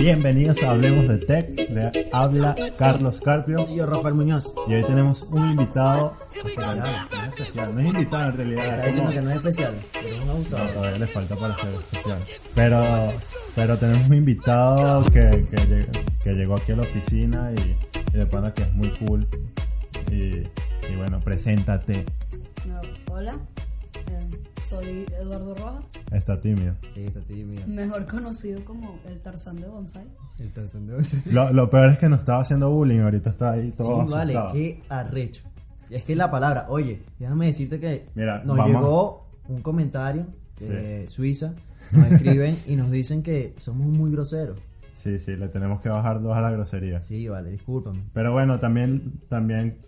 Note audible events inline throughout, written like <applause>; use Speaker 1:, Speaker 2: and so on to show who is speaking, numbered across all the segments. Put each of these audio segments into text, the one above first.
Speaker 1: Bienvenidos a Hablemos de Tech, de habla Carlos Carpio.
Speaker 2: Y yo, Rafael Muñoz.
Speaker 1: Y hoy tenemos un invitado especial. No es especial, no es invitado en realidad.
Speaker 2: Está diciendo que no es especial, pero es un
Speaker 1: No,
Speaker 2: abusador.
Speaker 1: todavía le falta para ser especial. Pero, pero tenemos un invitado que, que, llegó- que llegó aquí a la oficina y, y de pana que es muy cool. Y, y bueno, preséntate.
Speaker 3: No, hola, eh, soy Eduardo Rojas,
Speaker 1: Está tímido.
Speaker 2: Sí, está tímido.
Speaker 3: mejor conocido como el Tarzán de Bonsai.
Speaker 2: El tanzandeo ese.
Speaker 1: Lo, lo peor es que nos estaba haciendo bullying, ahorita está ahí
Speaker 2: Sí,
Speaker 1: todo
Speaker 2: vale,
Speaker 1: asustado.
Speaker 2: qué arrecho. Es que la palabra, oye, déjame decirte que
Speaker 1: Mira,
Speaker 2: nos
Speaker 1: vamos-
Speaker 2: llegó un comentario de Suiza, nos escriben y nos dicen que somos muy groseros.
Speaker 1: Sí, sí, le tenemos que bajar dos a la grosería.
Speaker 2: Sí, vale, discúlpame.
Speaker 1: Pero bueno, también, también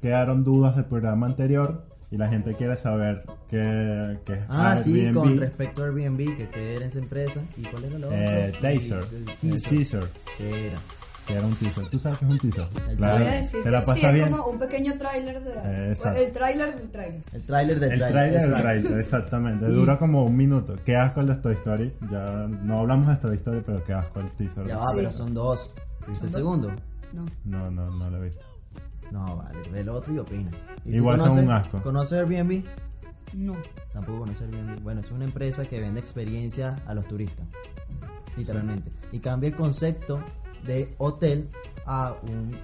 Speaker 1: quedaron dudas del programa anterior y la gente quiere saber qué, qué es
Speaker 2: Ah, sí,
Speaker 1: Airbnb.
Speaker 2: con respecto a Airbnb, que qué era esa empresa y cuál era la otra.
Speaker 1: Eh, taser,
Speaker 2: El- el
Speaker 1: el
Speaker 2: teaser.
Speaker 1: teaser,
Speaker 2: ¿Qué era?
Speaker 1: que era un teaser. ¿Tú sabes qué es un teaser?
Speaker 3: Voy a decir
Speaker 1: Ah, te la
Speaker 3: que
Speaker 1: pasa
Speaker 3: sí, es
Speaker 1: bien.
Speaker 3: como un pequeño tráiler de algo.
Speaker 1: Eh, exacto.
Speaker 3: El tráiler del tráiler.
Speaker 2: El tráiler del
Speaker 1: El
Speaker 2: tráiler.
Speaker 1: trailer, el
Speaker 2: exacto.
Speaker 1: trailer, exactamente. Dura como un minuto. Qué asco el de Toy Story. Ya no hablamos de Toy Story, pero qué asco el teaser.
Speaker 2: Ya va,
Speaker 3: Sí.
Speaker 2: pero son dos. ¿Viste el segundo?
Speaker 3: No,
Speaker 1: No, no, no lo he visto.
Speaker 2: No, vale, ve el otro y opina. ¿Y tú
Speaker 1: Igual son
Speaker 2: conoces-
Speaker 1: un asco.
Speaker 2: ¿Conoces Airbnb?
Speaker 3: no.
Speaker 2: Tampoco conoces Airbnb. Bueno, es una empresa que vende experiencia a los turistas. Literalmente. Y cambia el concepto de hotel a un,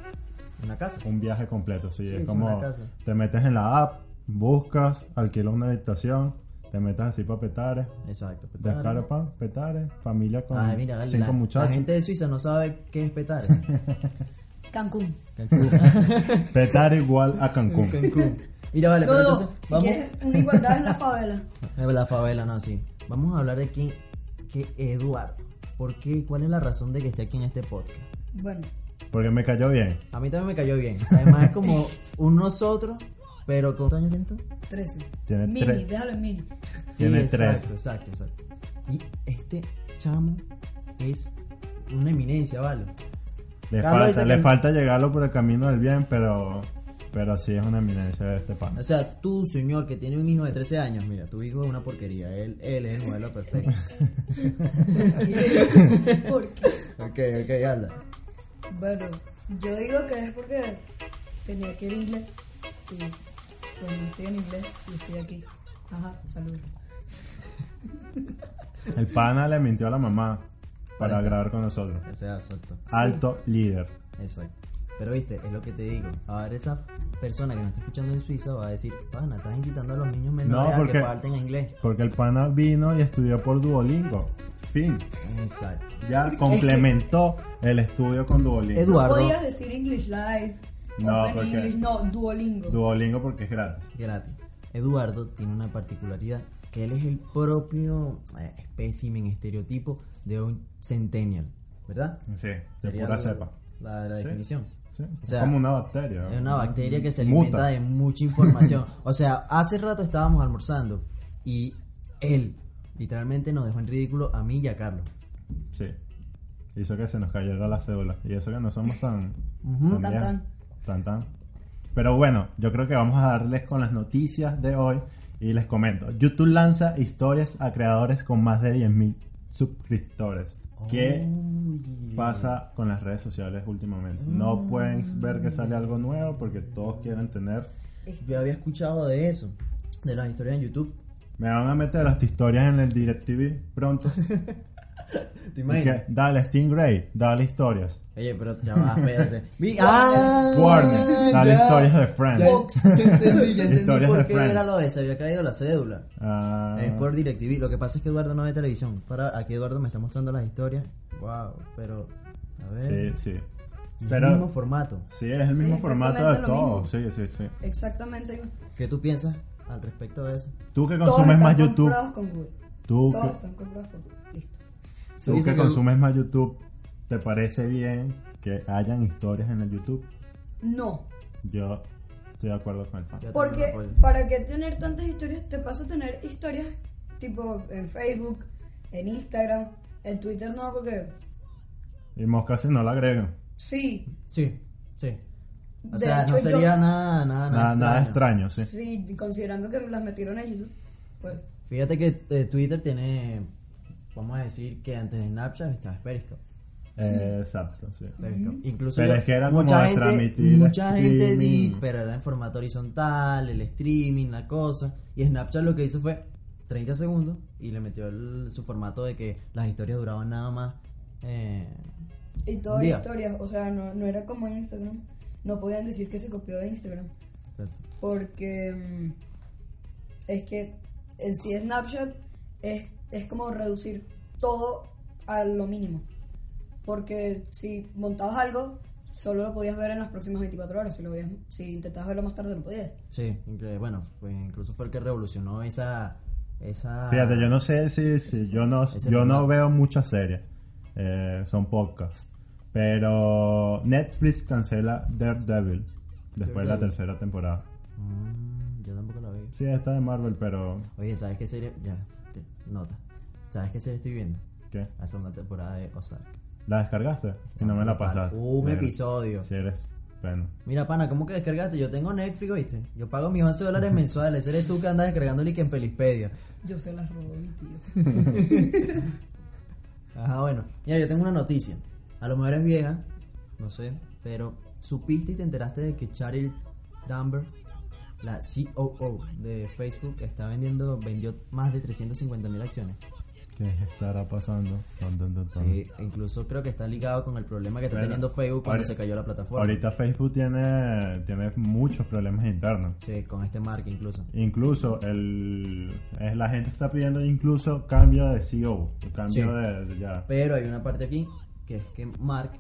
Speaker 2: una casa.
Speaker 1: un viaje completo. Sí,
Speaker 2: Sí,
Speaker 1: es
Speaker 2: es
Speaker 1: como
Speaker 2: una casa.
Speaker 1: te metes en la app, buscas, alquilas una habitación, te metes así para petares,
Speaker 2: Exacto. petare.
Speaker 1: descarpa, petares, familia con
Speaker 2: Ay, mira, la,
Speaker 1: cinco
Speaker 2: la-
Speaker 1: muchachos.
Speaker 2: la gente de Suiza no sabe qué es
Speaker 1: <laughs>
Speaker 2: petar. <laughs>
Speaker 3: Cancún.
Speaker 1: Petar igual a Cancún.
Speaker 2: mira, vale,
Speaker 3: No,
Speaker 2: pero
Speaker 3: no,
Speaker 2: entonces
Speaker 3: si
Speaker 2: vamos.
Speaker 3: quieres una igualdad en la favela.
Speaker 2: Eh, La favela, no, sí. Vamos a hablar de aquí que Eduardo. ¿Por qué? ¿Cuál es la razón de que esté aquí en este podcast?
Speaker 3: Bueno,
Speaker 1: Porque me cayó bien.
Speaker 2: A mí también me cayó bien. Además es como un nosotros, pero con... ¿Cuántos años tienes tú?
Speaker 3: 13.
Speaker 1: Tiene
Speaker 3: mini,
Speaker 1: tres.
Speaker 3: déjalo
Speaker 1: <laughs>
Speaker 3: en mini.
Speaker 1: Tiene
Speaker 2: exacto,
Speaker 1: tres.
Speaker 2: exacto, exacto. Y este chamo es una eminencia, ¿vale?
Speaker 1: Le
Speaker 2: Carlos
Speaker 1: falta,
Speaker 2: dice
Speaker 1: le
Speaker 2: que-
Speaker 1: falta llegarlo por el camino del bien, pero pero sí es una eminencia de este pan.
Speaker 2: O sea, tú, señor, que tiene un hijo de 13 años, mira, tu hijo es una porquería. Él, él es el modelo perfecto.
Speaker 1: <laughs>
Speaker 3: Porque,
Speaker 2: ok, ok, habla.
Speaker 3: bueno, yo digo que es porque tenía que ir inglés y pues no estoy en inglés y estoy aquí. Ajá, saludos.
Speaker 1: El pana le mintió a la mamá para grabar con nosotros.
Speaker 2: O sea, exacto.
Speaker 1: Alto líder.
Speaker 2: Exacto. Pero viste, es lo que te digo. Ahora esa persona que nos está escuchando en Suiza va a decir, pana, estás incitando a los niños menores
Speaker 1: No,
Speaker 2: a
Speaker 1: porque-
Speaker 2: que falten a inglés.
Speaker 1: Porque el pana vino y estudió por Duolingo. Fin.
Speaker 2: Exacto.
Speaker 1: Ya complementó el estudio con Duolingo.
Speaker 2: Eduardo.
Speaker 3: No podías decir English Live.
Speaker 1: No,
Speaker 3: Open
Speaker 1: porque-
Speaker 3: English, no, Duolingo.
Speaker 1: Duolingo porque es gratis.
Speaker 2: Gratis. Eduardo tiene una particularidad, que él es el propio eh, espécimen, estereotipo de un centennial, ¿verdad?
Speaker 1: Sí, de
Speaker 2: Sería
Speaker 1: pura
Speaker 2: la-
Speaker 1: cepa.
Speaker 2: La, la
Speaker 1: Sí.
Speaker 2: definición.
Speaker 1: Sí,
Speaker 2: O sea,
Speaker 1: es como una bacteria.
Speaker 2: Es una bacteria que se
Speaker 1: Muta.
Speaker 2: alimenta de mucha información. O sea, hace rato estábamos almorzando y él literalmente nos dejó en ridículo a mí y a Carlos.
Speaker 1: Sí. Hizo que se nos cayera la cédula. Y eso que no somos tan. tan,
Speaker 3: Tan,
Speaker 1: viejos.
Speaker 3: tan.
Speaker 1: Tan, tan. Pero bueno, yo creo que vamos a darles con las noticias de hoy. Y les comento: YouTube lanza historias a creadores con más de 10.000 suscriptores. ¿Qué
Speaker 3: Oh.
Speaker 2: Oye.
Speaker 1: pasa con las redes sociales últimamente?
Speaker 3: Mm.
Speaker 1: No pueden ver que sale algo nuevo porque todos quieren tener
Speaker 3: Este,
Speaker 2: Yo había escuchado de eso, de las historias en YouTube.
Speaker 1: Me van a meter las historias en el DirecTV pronto.
Speaker 3: <laughs>
Speaker 2: ¿Te
Speaker 1: Y que, dale Stingray, dale historias.
Speaker 2: Oye, pero ya va,
Speaker 3: <laughs>
Speaker 2: espérate. Vi- ¡Ah!
Speaker 1: Warner, dale
Speaker 2: ya.
Speaker 1: historias de Friends.
Speaker 2: Fox. Ya entendí, ya entendí
Speaker 1: Historias de
Speaker 2: por qué
Speaker 1: Friends.
Speaker 2: era lo de se había caído la cédula.
Speaker 1: Ah,
Speaker 3: Eh,
Speaker 2: Es por DirecTV. Lo que pasa es que Eduardo no ve televisión. Para, aquí Eduardo me está mostrando las historias. Wow, pero. A ver.
Speaker 1: sí, sí.
Speaker 2: Eh, y es el mismo
Speaker 1: Pero
Speaker 2: formato.
Speaker 1: sí, es el
Speaker 3: Sí,
Speaker 1: mismo formato de
Speaker 3: exactamente lo
Speaker 1: todo.
Speaker 3: mismo.
Speaker 1: Sí, sí, sí.
Speaker 3: Exactamente. igual.
Speaker 2: ¿Qué tú piensas al respecto de eso?
Speaker 1: Tú que
Speaker 3: Todos
Speaker 1: consumes
Speaker 3: están
Speaker 1: más YouTube,
Speaker 3: comprados con Google.
Speaker 1: tú
Speaker 3: Todos
Speaker 1: que,
Speaker 3: están comprados con Google. Listo.
Speaker 2: Se
Speaker 1: Tú
Speaker 2: dice
Speaker 1: que
Speaker 2: que-
Speaker 1: consumes más YouTube, ¿te parece bien que hayan historias en el YouTube?
Speaker 3: No.
Speaker 1: Yo estoy de acuerdo con el fan.
Speaker 2: Yo también
Speaker 3: Porque,
Speaker 2: lo apoyo.
Speaker 3: ¿para qué tener tantas historias? Te paso a tener historias tipo en Facebook, en Instagram, en Twitter no, porque
Speaker 1: Y Mosca si no la agregan.
Speaker 3: sí.
Speaker 2: Sí, sí. O
Speaker 3: De
Speaker 2: sea, no
Speaker 3: hecho, yo-
Speaker 2: sería nada, nada,
Speaker 1: Nada,
Speaker 2: nada,
Speaker 1: nada extraño, sí.
Speaker 3: Sí, considerando que las metieron en YouTube, pues
Speaker 2: Fíjate que eh, Twitter tiene, vamos a decir que antes de Snapchat estaba Periscope.
Speaker 1: Eh, exacto, sí.
Speaker 2: Periscope. Incluso
Speaker 1: Pero
Speaker 2: yo-
Speaker 1: es que era como
Speaker 2: mucha
Speaker 1: de
Speaker 2: gente,
Speaker 1: transmitir
Speaker 2: mucha gente
Speaker 1: streaming.
Speaker 2: dice, pero era en formato horizontal, el streaming, la cosa. Y Snapchat lo que hizo fue 30 segundos y le metió el- su formato de que las historias duraban nada más. eh,
Speaker 3: Y todo
Speaker 2: Día.
Speaker 3: historias, o sea, no, no era como Instagram. No podían decir que se copió de Instagram. Porque mm, es que en sí Snapchat es, es como reducir todo a lo mínimo. Porque si montabas algo, solo lo podías ver en las próximas 24 horas. Si, lo veías- si intentabas verlo más tarde, no podías.
Speaker 2: sí, incre- bueno, pues incluso fue el que revolucionó esa... esa
Speaker 1: Fíjate, yo no sé si, si yo no
Speaker 2: ese
Speaker 1: yo no
Speaker 2: formato.
Speaker 1: veo muchas series, eh, son podcasts, pero Netflix cancela Daredevil después de la
Speaker 2: Daredevil.
Speaker 1: tercera temporada.
Speaker 2: Mm, yo tampoco la veo.
Speaker 1: Sí, está de Marvel, pero
Speaker 2: Oye, ¿sabes qué serie? Ya, te- nota. ¿Sabes qué serie estoy viendo?
Speaker 1: ¿qué?
Speaker 2: La segunda temporada de Ozark.
Speaker 1: ¿La descargaste? Y no me la pasaste.
Speaker 2: Un
Speaker 1: Mira,
Speaker 2: episodio.
Speaker 1: Si eres bueno.
Speaker 2: Mira, pana, ¿cómo que descargaste? Yo tengo Netflix, ¿viste? Yo pago mis 11 dólares mensuales. Eres tú que andas descargando que en Pelispedia.
Speaker 3: Yo se las robó mi tío.
Speaker 2: Ajá, bueno. Mira, yo tengo una noticia. A lo mejor es vieja, no sé, pero supiste y te enteraste de que Charlie Dunbar, la COO de Facebook, está vendiendo, vendió más de 350 mil acciones.
Speaker 1: ¿Qué estará pasando? Dun, dun, dun, dun.
Speaker 2: Sí, incluso creo que está ligado con el problema que está
Speaker 1: Bueno,
Speaker 2: teniendo Facebook cuando
Speaker 1: ahorita-
Speaker 2: se cayó la plataforma.
Speaker 1: Ahorita Facebook tiene, tiene muchos problemas internos.
Speaker 2: Sí, con este marca incluso.
Speaker 1: Incluso el, eh, la gente está pidiendo incluso cambio de CEO, cambio
Speaker 2: Sí.
Speaker 1: de, de- ya.
Speaker 2: Pero hay una parte aquí que es que Mark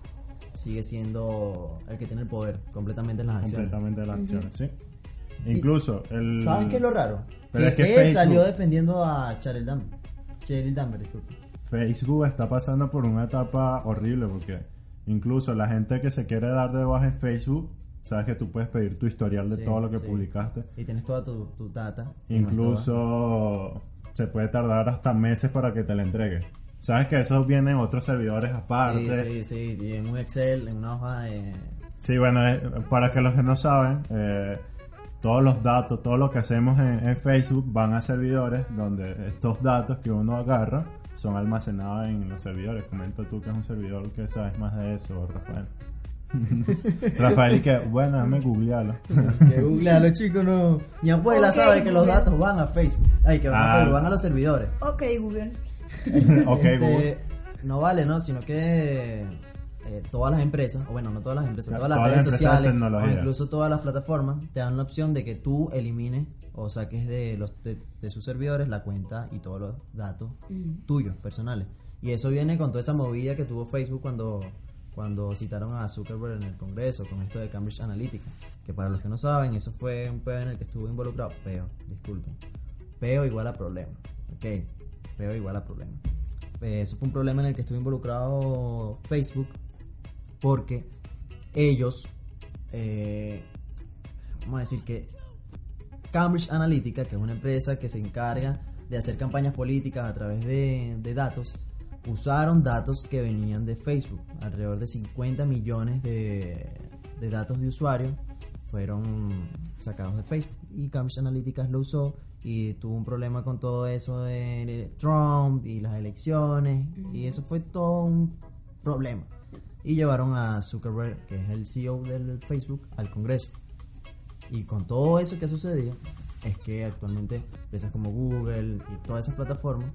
Speaker 2: sigue siendo el que tiene el poder completamente en las acciones.
Speaker 1: completamente de las acciones, ¿sí? Incluso el...
Speaker 2: ¿Sabes qué es lo raro?
Speaker 1: Pero
Speaker 2: que
Speaker 1: es que
Speaker 2: él
Speaker 1: Facebook-
Speaker 2: salió defendiendo a Cheryl Dunbar. Cheryl Dunbar, disculpe.
Speaker 1: Facebook está pasando por una etapa horrible porque incluso la gente que se quiere dar de baja en Facebook, sabes que tú puedes pedir tu historial de
Speaker 2: Sí,
Speaker 1: todo lo que
Speaker 2: sí.
Speaker 1: publicaste.
Speaker 2: Y tienes toda tu, tu data.
Speaker 1: Incluso se puede tardar hasta meses para que te la entregue. Sabes que esos vienen otros servidores
Speaker 2: Sí,
Speaker 1: aparte.
Speaker 2: sí, sí. Y en un Excel, en una hoja de...
Speaker 1: Sí, bueno, eh, para que los que no saben, eh, todos los datos, todo lo que hacemos en, en Facebook van a servidores donde estos datos que uno agarra son almacenados en los servidores. Comenta tú que es un servidor que sabes más de eso,
Speaker 2: <laughs>
Speaker 1: Rafael. Rafael, y que bueno, déjame
Speaker 2: <laughs>
Speaker 1: googlearlo.
Speaker 2: que googlealo, chicos, no. Mi abuela
Speaker 3: Ok,
Speaker 2: sabe que los
Speaker 3: Google.
Speaker 2: datos van a Facebook. Ay, que van, a,
Speaker 1: Ah.
Speaker 2: Facebook, van a los servidores.
Speaker 3: <laughs> ok, Google.
Speaker 1: ok,
Speaker 2: Este,
Speaker 1: Google.
Speaker 2: No vale, ¿no? Sino que eh, todas las empresas, o bueno, no todas las empresas,
Speaker 1: Ya,
Speaker 2: todas las
Speaker 1: todas las
Speaker 2: redes
Speaker 1: empresas de
Speaker 2: sociales, o
Speaker 1: tecnología.
Speaker 2: incluso todas las plataformas, te dan la opción de que tú elimines o saques de, los, de, de sus servidores la cuenta y todos los datos tuyos, personales. Y eso viene con toda esa movida que tuvo Facebook cuando, cuando citaron a Zuckerberg en el Congreso con esto de Cambridge Analytica. Que para los que no saben, eso fue un peo en el que estuvo involucrado. Peo, disculpen. Peo igual a problema. Ok, peo igual a problema. Eh, Eso fue un problema en el que estuvo involucrado Facebook porque ellos, eh, vamos a decir que Cambridge Analytica, que es una empresa que se encarga de hacer campañas políticas a través de, de datos, usaron datos que venían de Facebook. Alrededor de 50 millones de, de datos de usuario fueron sacados de Facebook y Cambridge Analytica lo usó y tuvo un problema con todo eso de Trump y las elecciones y eso fue todo un problema. Y llevaron a Zuckerberg, que es el CEO del Facebook, al Congreso. Y con todo eso que ha sucedido, es que actualmente empresas como Google y todas esas plataformas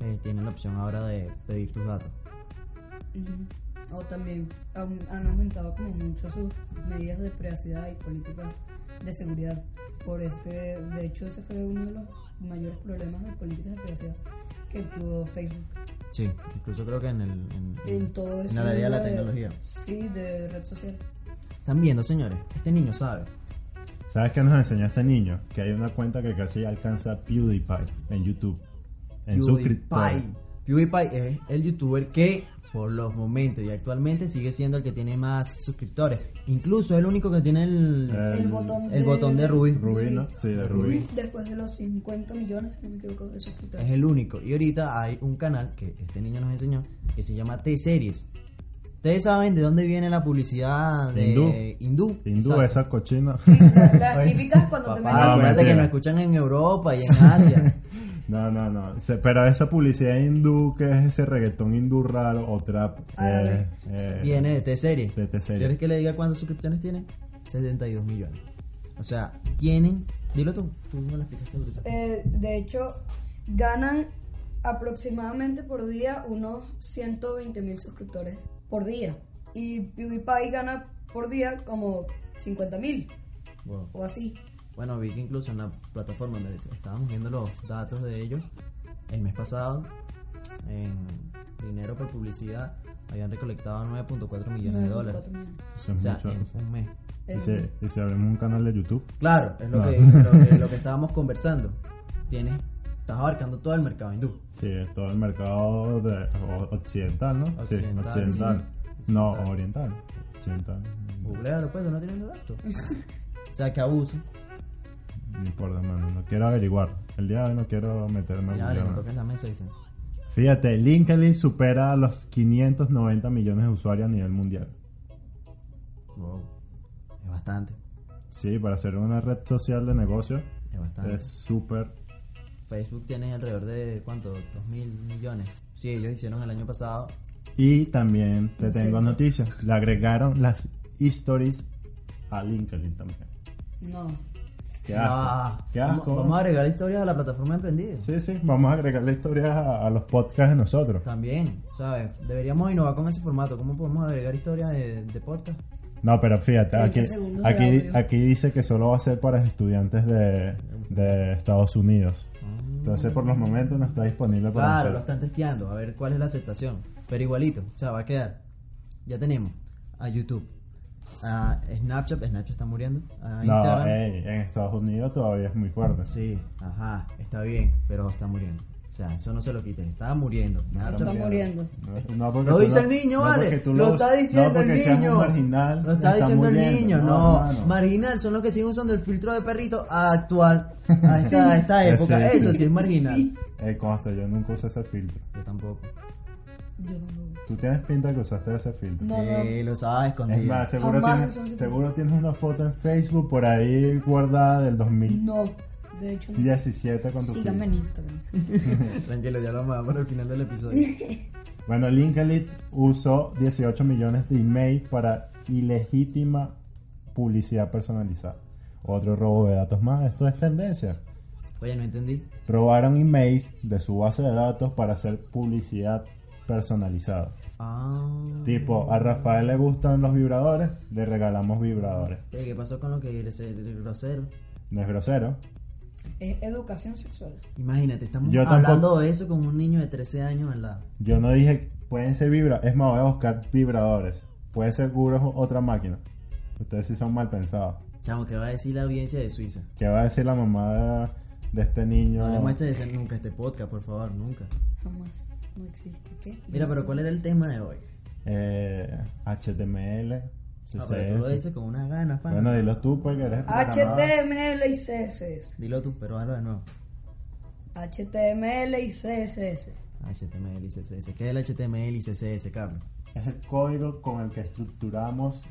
Speaker 2: eh, tienen la opción ahora de pedir tus datos.
Speaker 3: Ujú. O también han, han aumentado como mucho sus medidas de privacidad y políticas de seguridad. Por ese, de hecho, ese fue uno de los mayores problemas de políticas de privacidad que tuvo Facebook.
Speaker 2: Sí, incluso creo que en el en,
Speaker 3: En todo eso.
Speaker 2: en la área de la tecnología.
Speaker 3: Sí, de red social.
Speaker 2: Están viendo, señores, este niño sabe.
Speaker 1: ¿Sabes qué nos enseñó este niño? Que hay una cuenta que casi alcanza PewDiePie en YouTube. En
Speaker 2: PewDiePie.
Speaker 1: suscriptores.
Speaker 2: PewDiePie es el youtuber que por los momentos y actualmente sigue siendo el que tiene más suscriptores. Incluso es el único que tiene el,
Speaker 1: Eh,
Speaker 3: El botón
Speaker 2: el botón de Rubí.
Speaker 1: Rubí, ¿no? Sí, de Rubí.
Speaker 3: Después de los 50 millones, si no me equivoco, de suscriptores.
Speaker 2: Es el único. Y ahorita hay un canal que este niño nos enseñó que se llama T-Series. Ustedes saben de dónde viene la publicidad de hindú.
Speaker 1: Hindú,
Speaker 2: Exacto.
Speaker 1: esa cochina.
Speaker 2: <laughs>
Speaker 3: Las- Las típicas cuando te
Speaker 2: Papá,
Speaker 3: meten
Speaker 1: Ah,
Speaker 2: acuérdate que
Speaker 1: mentira.
Speaker 2: nos escuchan en Europa y
Speaker 1: <laughs>
Speaker 2: en Asia.
Speaker 1: No, no, no. Se- pero esa publicidad hindú, que es ese reggaetón hindú raro o trap.
Speaker 3: Árabe.
Speaker 1: eh,
Speaker 2: viene de T-Series.
Speaker 1: de T-Series.
Speaker 2: ¿Quieres que le diga cuántas suscripciones tiene? 72 millones. O sea, tienen. Dilo tú. Tú me lo explicaste ahorita.
Speaker 3: Eh, de hecho, ganan aproximadamente por día unos 120 mil suscriptores por día. Y PewDiePie gana por día como 50 mil
Speaker 2: Wow.
Speaker 3: o así.
Speaker 2: Bueno, vi que incluso en la plataforma donde estábamos viendo los datos de ellos, el mes pasado, en dinero por publicidad, habían recolectado 9.4 millones de dólares.
Speaker 3: 94
Speaker 1: Eso
Speaker 3: millones.
Speaker 1: es
Speaker 2: O sea,
Speaker 1: mucho.
Speaker 2: en un mes.
Speaker 1: Y si, y si abrimos un canal de YouTube.
Speaker 2: Claro, es lo, que, lo, que, lo que estábamos conversando. Tienes, estás abarcando todo el mercado hindú.
Speaker 1: Sí, todo el mercado de- o- occidental, ¿no?
Speaker 2: Occidental,
Speaker 1: sí, occidental. No, oriental. Occidental.
Speaker 2: Googlealo, pues, no tienes los datos. O sea, que abuso.
Speaker 1: No importa, mano. No quiero averiguar. El día de hoy no quiero meterme en
Speaker 2: Ya, vale, no
Speaker 1: problemas.
Speaker 2: toques la mesa, ¿viste?
Speaker 1: Fíjate, LinkedIn supera los 590 millones de usuarios a nivel mundial.
Speaker 2: Wow. Es bastante.
Speaker 1: Sí, para ser una red social de negocio
Speaker 2: Es bastante.
Speaker 1: es súper.
Speaker 2: Facebook tiene alrededor de, ¿cuánto? 2 mil millones. Sí, ellos hicieron el año pasado
Speaker 1: Y también te
Speaker 3: Sí,
Speaker 1: tengo
Speaker 3: sí.
Speaker 1: noticias. Le agregaron las stories a LinkedIn también.
Speaker 3: No.
Speaker 1: Qué
Speaker 2: No,
Speaker 1: asco. Qué
Speaker 2: Ah, vamos-
Speaker 1: asco.
Speaker 2: Vamos a agregar historias a la plataforma de emprendidos.
Speaker 1: Sí, sí, vamos a agregarle historias a, a los podcasts de nosotros.
Speaker 2: También, ¿sabes? Deberíamos innovar con ese formato. ¿Cómo podemos agregar historias de, de podcast?
Speaker 1: No, pero fíjate,
Speaker 3: Treinta
Speaker 1: aquí,
Speaker 3: segundos de
Speaker 1: aquí,
Speaker 3: audio.
Speaker 1: aquí dice que solo va a ser para estudiantes de, de Estados Unidos. Entonces, por los momentos no está disponible para
Speaker 2: Claro, lo
Speaker 1: nosotros.
Speaker 2: están testeando, a ver cuál es la aceptación. Pero igualito, o sea, va a quedar. Ya tenemos a YouTube, a Snapchat, Snapchat está muriendo,
Speaker 1: No,
Speaker 2: a
Speaker 1: eh.
Speaker 2: Instagram.
Speaker 1: ey, en Estados Unidos todavía es muy fuerte.
Speaker 2: Sí, ajá, está bien, pero está muriendo. O sea, eso no se lo quiten, está muriendo. Snapchat-
Speaker 3: Está muriendo.
Speaker 1: No, no, porque
Speaker 2: Lo
Speaker 1: tú
Speaker 2: dice
Speaker 1: no-
Speaker 2: el niño,
Speaker 1: no porque
Speaker 2: vale.
Speaker 1: tú
Speaker 2: Lo está
Speaker 1: usas-
Speaker 2: diciendo
Speaker 1: no
Speaker 2: el
Speaker 1: porque seas un
Speaker 2: niño.
Speaker 1: marginal,
Speaker 2: lo está diciendo el
Speaker 1: muriendo.
Speaker 2: niño, no.
Speaker 1: hermano.
Speaker 2: Marginal son los que siguen usando el filtro de perrito actual a esta, a esta
Speaker 1: Sí.
Speaker 2: época.
Speaker 1: Sí,
Speaker 2: Eso
Speaker 1: sí.
Speaker 2: sí es marginal.
Speaker 1: Ey, consta, Eh, yo nunca usé ese filtro.
Speaker 2: Yo tampoco.
Speaker 3: Yo tampoco.
Speaker 1: Tú tienes pinta que usaste ese filtro.
Speaker 3: No, no.
Speaker 2: Eh, lo sabes
Speaker 1: Es
Speaker 2: escondido.
Speaker 1: más, seguro
Speaker 3: Jamás usé ese
Speaker 1: tienes,
Speaker 3: filtro.
Speaker 1: seguro tienes una foto en Facebook por ahí guardada del 2017
Speaker 3: No. De hecho, no.
Speaker 1: con tu
Speaker 3: Síganme en
Speaker 1: filtro.
Speaker 3: Instagram.
Speaker 2: Tranquilo, ya lo vamos a dar para el final del episodio.
Speaker 1: Bueno, LinkedIn usó 18 millones de email para ilegítima publicidad personalizada. Otro robo de datos más, esto es tendencia.
Speaker 2: Oye, no entendí.
Speaker 1: Robaron emails de su base de datos para hacer publicidad personalizada.
Speaker 2: Ah.
Speaker 1: Tipo, a Rafael le gustan los vibradores, le regalamos vibradores.
Speaker 2: Oye, ¿Qué pasó con lo que eres el grosero?
Speaker 1: No es grosero.
Speaker 3: Es Eh, educación sexual.
Speaker 2: Imagínate, estamos
Speaker 1: Yo tampoco-
Speaker 2: hablando de eso con un niño de 13 años al lado.
Speaker 1: Yo no dije, pueden ser vibradores. Es más, voy a buscar vibradores. Puede ser seguro otra máquina. Ustedes sí son mal pensados.
Speaker 2: Chamo, ¿qué va a decir la audiencia de Suiza?
Speaker 1: ¿Qué va a decir la mamá de, de este niño?
Speaker 2: No Ah, le muestres ese- nunca este podcast, por favor, nunca.
Speaker 3: Jamás. No existe. ¿Qué?
Speaker 2: Mira, pero ¿cuál era el tema de hoy?
Speaker 1: Eh, HTML,
Speaker 2: Ah, pero tú lo
Speaker 1: CSS.
Speaker 2: dices con unas ganas, pana.
Speaker 1: bueno, dilo tú porque eres programador.
Speaker 3: HTML y CSS.
Speaker 2: Dilo tú, pero hazlo de nuevo.
Speaker 3: HTML y CSS.
Speaker 2: HTML y CSS. ¿Qué es el HTML y CSS, Carlos?
Speaker 1: Es el código con el que estructuramos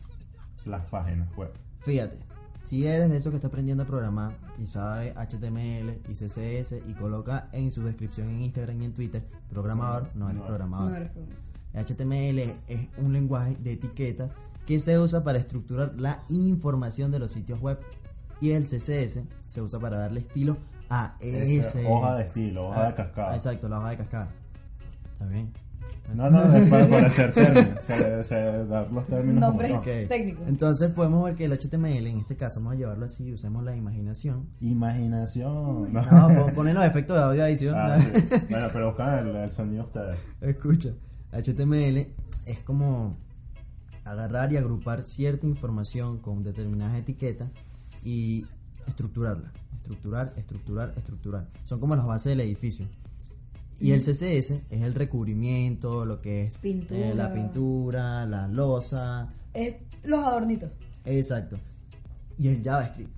Speaker 1: las páginas web.
Speaker 2: Fíjate, si eres de esos que está aprendiendo a programar y sabe HTML y CSS y coloca en su descripción en Instagram y en Twitter, programador, no eres
Speaker 1: No.
Speaker 3: No
Speaker 2: programador.
Speaker 3: eres problema.
Speaker 2: HTML es un lenguaje de etiquetas que se usa para estructurar la información de los sitios web y el CSS se usa para darle estilo a
Speaker 1: Esa
Speaker 2: ese Ah,
Speaker 1: hoja de estilo, hoja de cascada.
Speaker 2: Exacto, la hoja de cascada. ¿Está bien?
Speaker 1: No,
Speaker 2: <laughs>
Speaker 1: no, es para, para hacer términos, se- se- dar los términos. como
Speaker 3: Nombres
Speaker 1: son.
Speaker 3: que- Técnico.
Speaker 2: Entonces podemos ver que el HTML en este caso vamos a llevarlo así, usemos la imaginación.
Speaker 1: Imaginación. No.
Speaker 2: No, pon- ponen los efectos de audio ahí, ¿sí?
Speaker 1: <laughs> Ah, sí. Bueno, pero buscan el, el sonido ustedes.
Speaker 2: Escucha, HTML es como agarrar y agrupar cierta información con determinadas etiquetas y estructurarla. Estructurar, estructurar, estructurar. Son como las bases del edificio. Y el CSS es el recubrimiento, lo que es eh,
Speaker 3: Pintura.
Speaker 2: la pintura, la losa.
Speaker 3: Es los adornitos.
Speaker 2: Exacto. Y el JavaScript.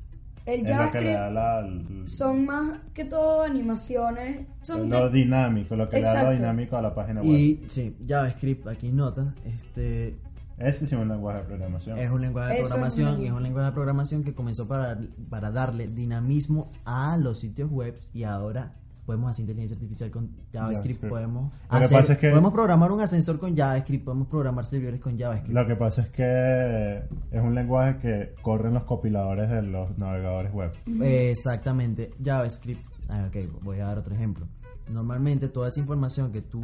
Speaker 1: Es
Speaker 3: El
Speaker 1: lo que le
Speaker 3: JavaScript
Speaker 1: da la-
Speaker 3: son más que todo animaciones. Son
Speaker 1: lo
Speaker 3: de-
Speaker 1: dinámico, lo que le da
Speaker 3: Exacto.
Speaker 1: lo dinámico a la página web.
Speaker 2: Y sí, JavaScript, aquí nota, este
Speaker 1: Ese sí es un lenguaje de programación.
Speaker 2: es un lenguaje de
Speaker 3: Eso es
Speaker 2: programación
Speaker 3: una-
Speaker 2: y es un lenguaje de programación que comenzó para, para darle dinamismo a los sitios web y ahora podemos hacer inteligencia artificial con JavaScript,
Speaker 1: JavaScript.
Speaker 2: podemos
Speaker 1: Lo que
Speaker 2: hacer-
Speaker 1: pasa es que-
Speaker 2: podemos programar un ascensor con JavaScript, podemos programar servidores con JavaScript.
Speaker 1: Lo que pasa es que es un lenguaje que corren los compiladores de los navegadores web.
Speaker 2: Exactamente, JavaScript. Ah, ok, voy a dar otro ejemplo. Normalmente toda esa información que tú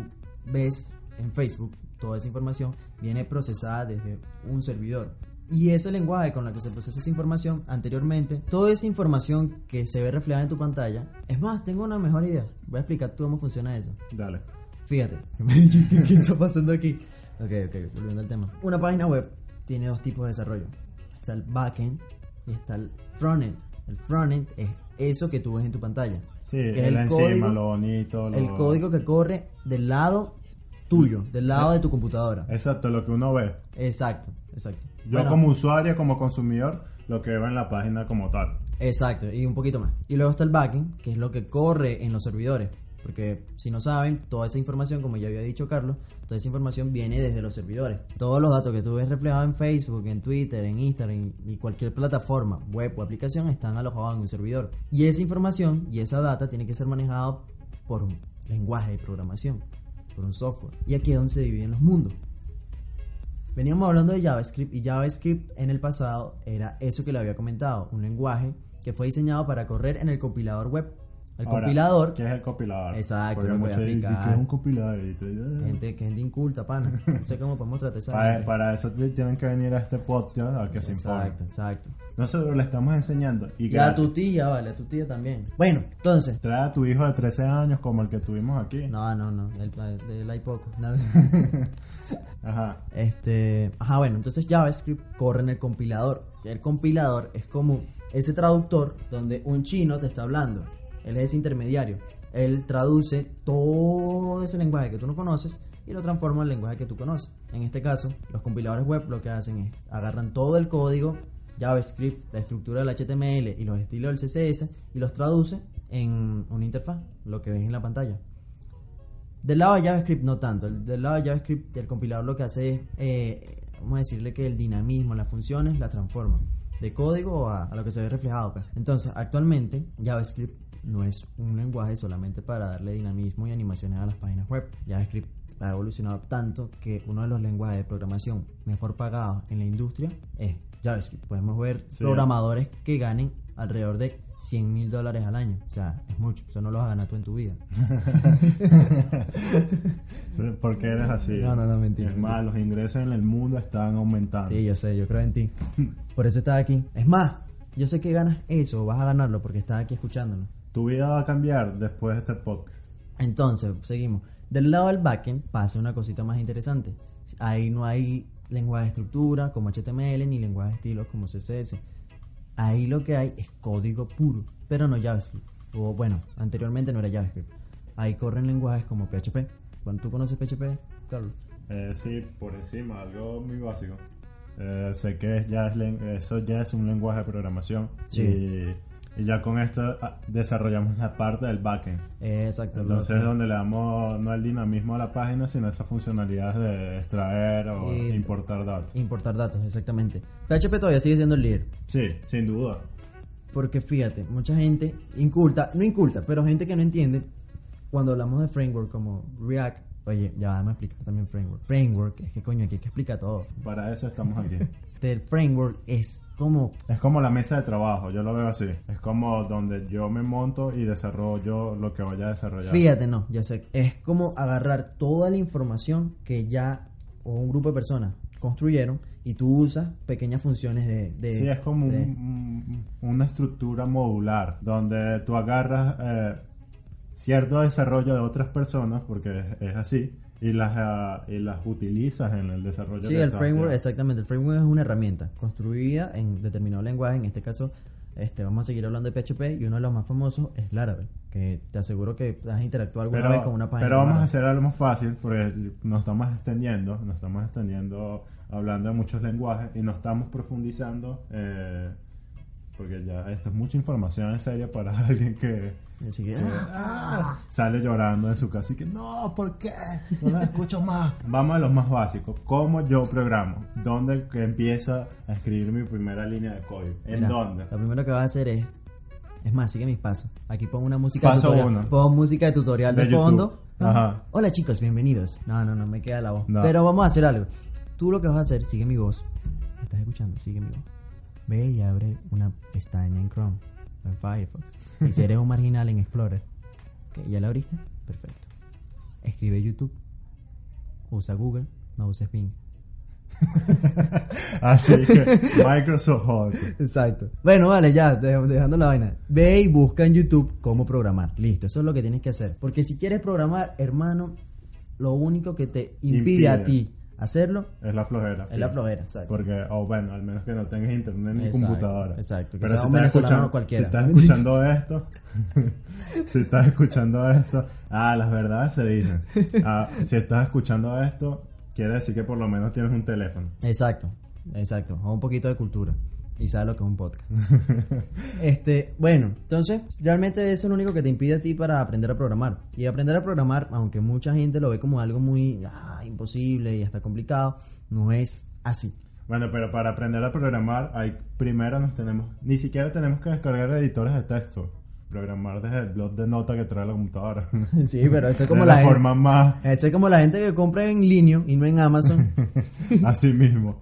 Speaker 2: ves en Facebook, toda esa información viene procesada desde un servidor. Y ese lenguaje con el que se procesa esa información anteriormente, toda esa información que se ve reflejada en tu pantalla, es más, tengo una mejor idea. Voy a explicar tú cómo funciona eso.
Speaker 1: Dale.
Speaker 2: Fíjate, <laughs> ¿qué, qué está pasando aquí? Ok, ok, volviendo al tema. Una página web tiene dos tipos de desarrollo. Está el backend y está el frontend. El frontend es eso que tú ves en tu pantalla.
Speaker 1: Sí,
Speaker 2: Que es
Speaker 1: el, encima,
Speaker 2: código,
Speaker 1: lo bonito. Lo...
Speaker 2: el código que corre del lado tuyo, del lado de tu computadora.
Speaker 1: Exacto, lo que uno ve.
Speaker 2: Exacto, exacto.
Speaker 1: Yo
Speaker 2: Bueno,
Speaker 1: como usuario, como consumidor, lo que veo en la página como tal.
Speaker 2: Exacto, y un poquito más. Y luego está el backend, que es lo que corre en los servidores. Porque si no saben, toda esa información, como ya había dicho Carlos, toda esa información viene desde los servidores. Todos los datos que tú ves reflejados en Facebook, en Twitter, en Instagram y cualquier plataforma, web o aplicación están alojados en un servidor. Y esa información y esa data tiene que ser manejada por un lenguaje de programación, por un software. Y aquí es donde se dividen los mundos. Veníamos hablando de JavaScript y JavaScript en el pasado era eso que le había comentado, un lenguaje que fue diseñado para correr en el compilador web. El
Speaker 1: Ahora,
Speaker 2: compilador,
Speaker 1: ¿Qué es el compilador?
Speaker 2: Exacto,
Speaker 1: Porque
Speaker 2: lo voy a
Speaker 1: muchos dicen,
Speaker 2: explicar.
Speaker 1: ¿Qué es un compilador? Y tú, "Ah".
Speaker 2: gente, gente inculta, pana. No sé cómo podemos tratar
Speaker 1: <laughs>
Speaker 2: esa
Speaker 1: para,
Speaker 2: gente.
Speaker 1: para eso te- tienen que venir a este podcast a que se informen.
Speaker 2: Exacto, exacto.
Speaker 1: Nosotros le estamos enseñando. Y,
Speaker 2: Y a
Speaker 1: gratis.
Speaker 2: tu tía, vale, a tu tía también. Bueno, entonces.
Speaker 1: Trae a tu hijo de 13 años como el que tuvimos aquí.
Speaker 2: No, no, no, el, el hay poco. nada. <laughs>
Speaker 1: Ajá.
Speaker 2: Este, ajá, bueno, entonces JavaScript corre en el compilador. El compilador es como ese traductor donde un chino te está hablando. Él es ese intermediario. Él traduce todo ese lenguaje que tú no conoces y lo transforma en lenguaje que tú conoces. En este caso, los compiladores web lo que hacen es agarran todo el código JavaScript, la estructura del HTML y los estilos del CSS y los traduce en una interfaz, lo que ves en la pantalla. Del lado de JavaScript no tanto. El- Del lado de JavaScript el compilador lo que hace es, eh, vamos a decirle que el dinamismo, las funciones, las transforma. De código a, a lo que se ve reflejado. pues. Entonces, actualmente JavaScript no es un lenguaje solamente para darle dinamismo y animaciones a las páginas web. JavaScript ha evolucionado tanto que uno de los lenguajes de programación mejor pagados en la industria es JavaScript. Podemos ver
Speaker 1: Sí.
Speaker 2: programadores que ganen alrededor de 100 mil dólares al año. O sea, es mucho. Eso no lo vas a ganar tú en tu vida.
Speaker 1: ¿Por qué eres así?
Speaker 2: No, no, no, mentira,
Speaker 1: Es
Speaker 2: mentira.
Speaker 1: más, los ingresos en el mundo están aumentando.
Speaker 2: <laughs> Sí, yo sé, yo creo en ti. Por eso estás aquí. Es más, yo sé que ganas eso, vas a ganarlo porque estás aquí escuchándonos.
Speaker 1: Tu vida va a cambiar después de este podcast.
Speaker 2: Entonces, seguimos. Del lado del backend pasa una cosita más interesante. Ahí no hay lenguaje de estructura como HTML ni lenguaje de estilos como CSS. Ahí lo que hay es código puro, pero no JavaScript. O bueno, anteriormente no era JavaScript. Ahí corren lenguajes como PHP. Bueno, ¿tú conoces PHP, Carlos?
Speaker 1: Eh, sí, por encima, algo muy básico. Eh, sé que es- ya es len- eso ya es un lenguaje de programación.
Speaker 2: Sí.
Speaker 1: Y, y ya con esto ah, desarrollamos la parte del backend.
Speaker 2: Eh, Exacto. lo-
Speaker 1: Entonces es donde le damos no el dinamismo a la página, sino esas funcionalidades de extraer o
Speaker 2: Y-
Speaker 1: importar datos.
Speaker 2: Importar datos, exactamente. PHP todavía sigue siendo el líder.
Speaker 1: Sí, sin duda.
Speaker 2: Porque fíjate, mucha gente inculta, no inculta, pero gente que no entiende, cuando hablamos de framework como React, oye, ya vamos a explicar también framework. Framework, es que coño, aquí hay que explicar todo.
Speaker 1: Para eso estamos aquí.
Speaker 2: El framework es como,
Speaker 1: Es como la mesa de trabajo, yo lo veo así. Es como donde yo me monto y desarrollo lo que vaya a desarrollar.
Speaker 2: fíjate, no, ya sé, es como agarrar toda la información que ya o un grupo de personas construyeron y tú usas pequeñas funciones de... de-
Speaker 1: Sí, es como un-
Speaker 2: de-
Speaker 1: un- una estructura modular donde tú agarras eh, cierto desarrollo de otras personas, porque es, es así, y las, ah, y las utilizas en el desarrollo
Speaker 2: Sí,
Speaker 1: que
Speaker 2: el
Speaker 1: estás
Speaker 2: framework,
Speaker 1: haciendo.
Speaker 2: exactamente. El framework es una herramienta construida en determinado lenguaje, en este caso Este, vamos a seguir hablando de PHP y uno de los más famosos es Laravel, que te aseguro que has interactuado alguna
Speaker 1: Pero,
Speaker 2: vez con una página.
Speaker 1: pero
Speaker 2: de
Speaker 1: vamos a
Speaker 2: Laravel.
Speaker 1: hacer algo más fácil porque nos estamos extendiendo, nos estamos extendiendo hablando de muchos lenguajes y nos estamos profundizando eh, porque ya esto es mucha información en serio para <laughs> alguien que
Speaker 2: Así que, eh,
Speaker 1: ah, sale llorando en su casa y que no, ¿por qué? No la escucho más. <laughs> Vamos a los más básicos. ¿Cómo yo programo? ¿Dónde que empieza a escribir mi primera línea de código? ¿En
Speaker 2: mira, <laughs>
Speaker 1: dónde?
Speaker 2: Lo primero que vas a hacer es. Es más, sigue mis pasos. Aquí pongo una música
Speaker 1: Paso
Speaker 2: de tutorial.
Speaker 1: uno.
Speaker 2: Pongo música de tutorial
Speaker 1: De
Speaker 2: de,
Speaker 1: YouTube.
Speaker 2: fondo. Ah,
Speaker 1: Ajá.
Speaker 2: Hola chicos, bienvenidos. No, no, no me queda la voz.
Speaker 1: No.
Speaker 2: Pero vamos a hacer algo. Tú lo que vas a hacer, sigue mi voz. ¿Me estás escuchando? Sigue mi voz. Ve y abre una pestaña en Chrome o en Firefox. Y si eres un marginal en Explorer. Ok, ¿Ya la abriste? Perfecto. Escribe YouTube. Usa Google. No uses Bing.
Speaker 1: Así que Microsoft Hot.
Speaker 2: Exacto. Bueno, vale, ya, dej- dejando la vaina. Ve y busca en YouTube cómo programar. Listo, eso es lo que tienes que hacer. Porque si quieres programar, hermano, lo único que te impide,
Speaker 1: Impide.
Speaker 2: a ti hacerlo
Speaker 1: Es la flojera.
Speaker 2: es la flojera. Exacto.
Speaker 1: Porque, o bueno, al menos que no tengas internet ni
Speaker 2: Exacto,
Speaker 1: computadora.
Speaker 2: exacto, que
Speaker 1: Pero
Speaker 2: sea
Speaker 1: si
Speaker 2: un
Speaker 1: estás
Speaker 2: venezolano
Speaker 1: escuchando,
Speaker 2: cualquiera.
Speaker 1: si estás escuchando esto, <laughs> si estás escuchando esto, ah, las verdades se dicen. Ah, si estás escuchando esto, quiere decir que por lo menos tienes un teléfono.
Speaker 2: Exacto, exacto. O un poquito de cultura. Y sabes lo que es un podcast. este, bueno, entonces, realmente eso es lo único que te impide a ti para aprender a programar. Y aprender a programar, aunque mucha gente lo ve como algo muy ah, imposible y hasta complicado, no es así.
Speaker 1: Bueno, pero para aprender a programar, hay, primero nos tenemos, ni siquiera tenemos que descargar editores de texto. Programar desde el blog de nota que trae la computadora.
Speaker 2: <laughs> Sí, pero eso es como
Speaker 1: de
Speaker 2: la,
Speaker 1: la
Speaker 2: gente-
Speaker 1: forma más
Speaker 2: <laughs> eso es como la gente que compra en línea y no en Amazon.
Speaker 1: así mismo.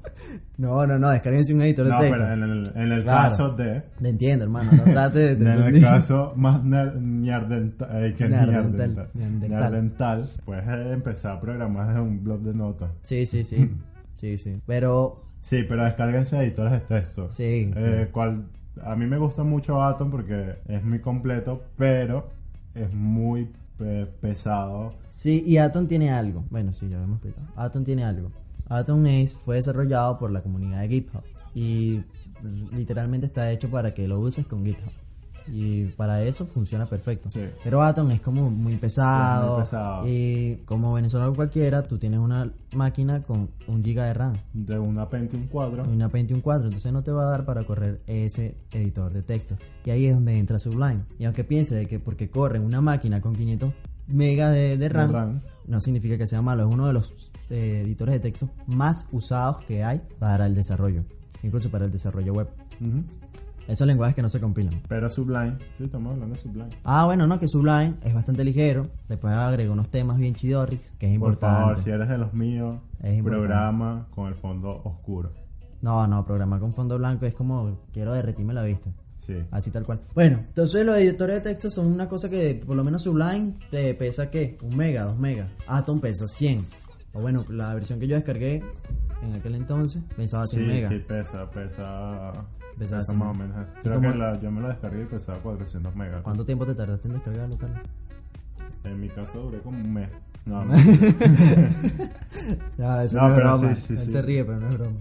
Speaker 2: no, no, no, descarguense un editor
Speaker 1: No,
Speaker 2: de texto.
Speaker 1: pero en el, en el
Speaker 2: Claro.
Speaker 1: caso de.
Speaker 2: Te entiendo, hermano. No trate de.
Speaker 1: <laughs>
Speaker 2: de-
Speaker 1: En el caso más ner- ñardental, eh, que
Speaker 2: Ñardental,
Speaker 1: ñardental,
Speaker 2: ñardental.
Speaker 1: ñardental, puedes eh, empezar a programar desde un blog de notas.
Speaker 2: Sí, sí, sí. Sí, sí. Pero.
Speaker 1: Sí, pero descárguense editores de texto.
Speaker 2: Sí,
Speaker 1: Eh, cual- a mí me gusta mucho Atom porque es muy completo, pero es muy eh, pesado.
Speaker 2: Sí, y Atom tiene algo. Bueno, sí, ya lo hemos explicado. Atom tiene algo. Atom es, fue desarrollado por la comunidad de GitHub. Y literalmente está hecho para que lo uses con GitHub. Y para eso funciona perfecto.
Speaker 1: Sí.
Speaker 2: Pero Atom es como muy pesado.
Speaker 1: Es muy pesado.
Speaker 2: Y como venezolano cualquiera, tú tienes una máquina con un giga de RAM.
Speaker 1: De una Pentium 4.
Speaker 2: Una Pentium 4, entonces no te va a dar para correr ese editor de texto. Y ahí es donde entra Sublime. Y aunque piense de que porque corre una máquina con 500 megas de, de RAM,
Speaker 1: RAM.
Speaker 2: no significa que sea malo. Es uno de los eh, editores de texto más usados que hay para el desarrollo. Incluso para el desarrollo web.
Speaker 1: Ujú.
Speaker 2: Esos lenguajes que no se compilan.
Speaker 1: Pero Sublime. Sí, estamos hablando de Sublime.
Speaker 2: Ah, bueno, no, que Sublime es bastante ligero. Después agrega unos temas bien chidorrix, que es
Speaker 1: Por
Speaker 2: importante.
Speaker 1: favor, si eres de los míos,
Speaker 2: Es importante.
Speaker 1: programa con el fondo oscuro.
Speaker 2: No, no, programar con fondo blanco es como quiero derretirme la vista.
Speaker 1: Sí.
Speaker 2: Así tal cual. Bueno, entonces los editores de texto son una cosa que por lo menos Sublime te pesa ¿qué? Un mega, dos megas. Atom pesa 100. O bueno, la versión que yo descargué en aquel entonces pesaba 100
Speaker 1: Sí,
Speaker 2: megas.
Speaker 1: sí, pesa, pesa.
Speaker 2: Pesa
Speaker 1: Pesa,
Speaker 2: 100
Speaker 1: más o menos. así. Creo
Speaker 2: cómo-
Speaker 1: que la- yo me la descargué y pesaba 400 megas.
Speaker 2: ¿Cuánto tiempo te tardaste en descargarlo, Carlos?
Speaker 1: En mi caso duré como un mes.
Speaker 2: <laughs>
Speaker 1: No, no.
Speaker 2: Ya, Ah, eso
Speaker 1: No,
Speaker 2: no es
Speaker 1: pero
Speaker 2: broma.
Speaker 1: sí, sí,
Speaker 2: Él
Speaker 1: sí.
Speaker 2: se ríe, pero no es broma.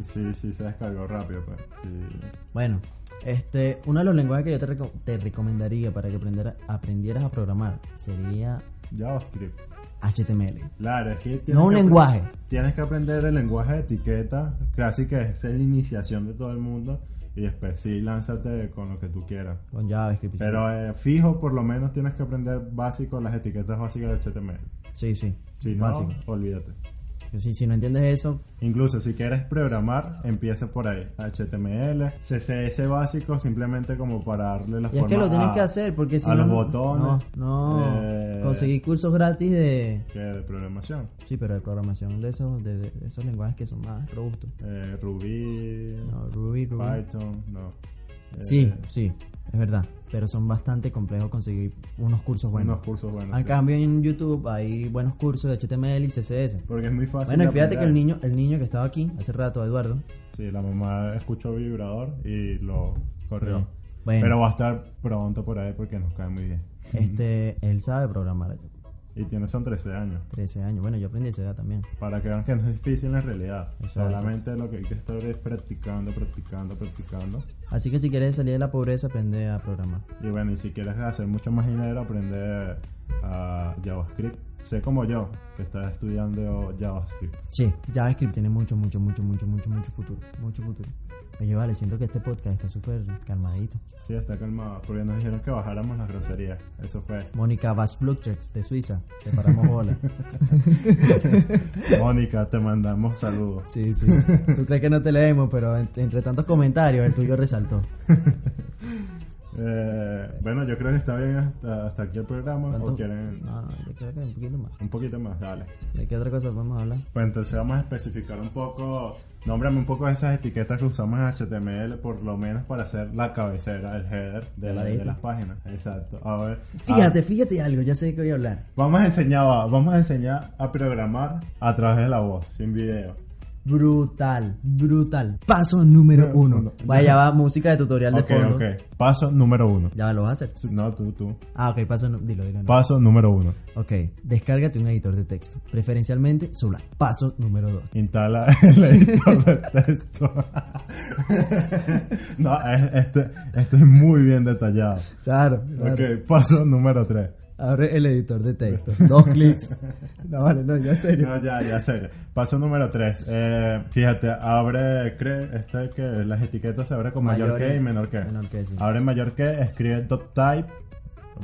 Speaker 1: sí, sí, se descargó rápido. Pues. Sí.
Speaker 2: Bueno, este, uno de los lenguajes que yo te, reco- te recomendaría para que aprendera- aprendieras a programar sería
Speaker 1: JavaScript.
Speaker 2: HTML.
Speaker 1: Claro, es que. tienes
Speaker 2: No un
Speaker 1: que apre-
Speaker 2: lenguaje.
Speaker 1: Tienes que aprender el lenguaje de etiqueta. Casi que es la iniciación de todo el mundo. Y después sí, lánzate con lo que tú quieras.
Speaker 2: Con JavaScript. y C.
Speaker 1: Pero eh, fijo, por lo menos tienes que aprender básico las etiquetas básicas de HTML.
Speaker 2: Sí, sí.
Speaker 1: Si no,
Speaker 2: Básico.
Speaker 1: olvídate.
Speaker 2: Sí, si no entiendes eso,
Speaker 1: Incluso si quieres programar, empieza por ahí. HTML, CSS básico, simplemente como para darle la
Speaker 2: Y es
Speaker 1: forma
Speaker 2: que lo tienes
Speaker 1: Pues a-
Speaker 2: que hacer porque si
Speaker 1: a
Speaker 2: no.
Speaker 1: los
Speaker 2: no-
Speaker 1: botones.
Speaker 2: No, no.
Speaker 1: eh,
Speaker 2: conseguí cursos gratis de.
Speaker 1: que de programación.
Speaker 2: Sí, pero de programación de esos, de, de esos lenguajes que son más robustos.
Speaker 1: Eh, Ruby,
Speaker 2: No, Ruby, Ruby.
Speaker 1: Python, no. Eh,
Speaker 2: Sí, sí, es verdad. Pero son bastante complejos conseguir unos cursos buenos.
Speaker 1: Unos cursos buenos.
Speaker 2: Al
Speaker 1: sí.
Speaker 2: cambio, en YouTube hay buenos cursos de HTML y CSS.
Speaker 1: Porque es muy fácil.
Speaker 2: Bueno, y
Speaker 1: de
Speaker 2: fíjate que el
Speaker 1: aprender.
Speaker 2: niño, el niño que estaba aquí hace rato, Eduardo.
Speaker 1: Sí, la mamá escuchó vibrador y lo corrió.
Speaker 2: Sí. Bueno.
Speaker 1: Pero va a estar pronto por ahí porque nos cae muy bien.
Speaker 2: Este, él sabe programar.
Speaker 1: Y tiene, son 13 años.
Speaker 2: 13 años. Bueno, yo aprendí esa edad también.
Speaker 1: Para que vean que no es difícil en realidad.
Speaker 2: Exacto.
Speaker 1: Solamente lo que hay que estar es practicando, practicando, practicando.
Speaker 2: Así que si quieres salir de la pobreza, aprende a programar.
Speaker 1: Y bueno, y si quieres hacer mucho más dinero, aprende a JavaScript. Sé como yo, que está estudiando JavaScript.
Speaker 2: Sí, JavaScript tiene mucho, mucho, mucho, mucho, mucho, mucho futuro. Mucho futuro. Oye, vale, siento que este podcast está súper calmadito.
Speaker 1: Sí, está calmado, porque nos dijeron que bajáramos las groserías. Eso fue. <laughs>
Speaker 2: Mónica Vasblutrex de Suiza, te paramos bola.
Speaker 1: Mónica, te mandamos saludos.
Speaker 2: sí, sí. Tú crees que no te leemos, pero en- entre tantos comentarios, el tuyo resaltó.
Speaker 1: Eh, bueno, yo creo que está bien hasta, hasta aquí el programa.
Speaker 2: ¿Cuánto?
Speaker 1: ¿O quieren
Speaker 2: No, no, yo creo que un poquito más.
Speaker 1: un poquito más? Dale.
Speaker 2: ¿De qué otra cosa podemos hablar?
Speaker 1: Pues entonces vamos a especificar un poco, nómbrame un poco esas etiquetas que usamos en HTML, por lo menos para hacer la cabecera, el header de,
Speaker 2: Ya la
Speaker 1: la- de
Speaker 2: diste.
Speaker 1: las páginas. Exacto. A ver.
Speaker 2: Fíjate, fíjate algo, ya sé que voy a hablar.
Speaker 1: ah, vamos a enseñar, va, vamos a enseñar a programar a través de la voz, sin video.
Speaker 2: Brutal, brutal.
Speaker 1: <laughs>
Speaker 2: Paso número uno. Vaya, ya va música de tutorial de
Speaker 1: Ok,
Speaker 2: fondo.
Speaker 1: ok. Paso número uno.
Speaker 2: Ya lo vas a hacer.
Speaker 1: Sí, No, tú, tú.
Speaker 2: Ah, ok, paso, nu- dilo, dilo. no.
Speaker 1: Paso número uno.
Speaker 2: Ok, descárgate un editor de texto, preferencialmente Sublime. Paso número 2.
Speaker 1: Instala <laughs> el editor de texto. <laughs> no, es- este, este es muy bien detallado.
Speaker 2: Claro,
Speaker 1: Ok, paso número tres.
Speaker 2: Abre el editor de texto, dos clics. <laughs> No, vale, no, ya en serio.
Speaker 1: No, ya, ya sé. Paso número 3. fíjate, abre cre, este que las etiquetas se abre con mayor,
Speaker 2: Mayor
Speaker 1: que
Speaker 2: y-
Speaker 1: y menor que.
Speaker 2: menor que, sí.
Speaker 1: Abre mayor que, escribe dot type,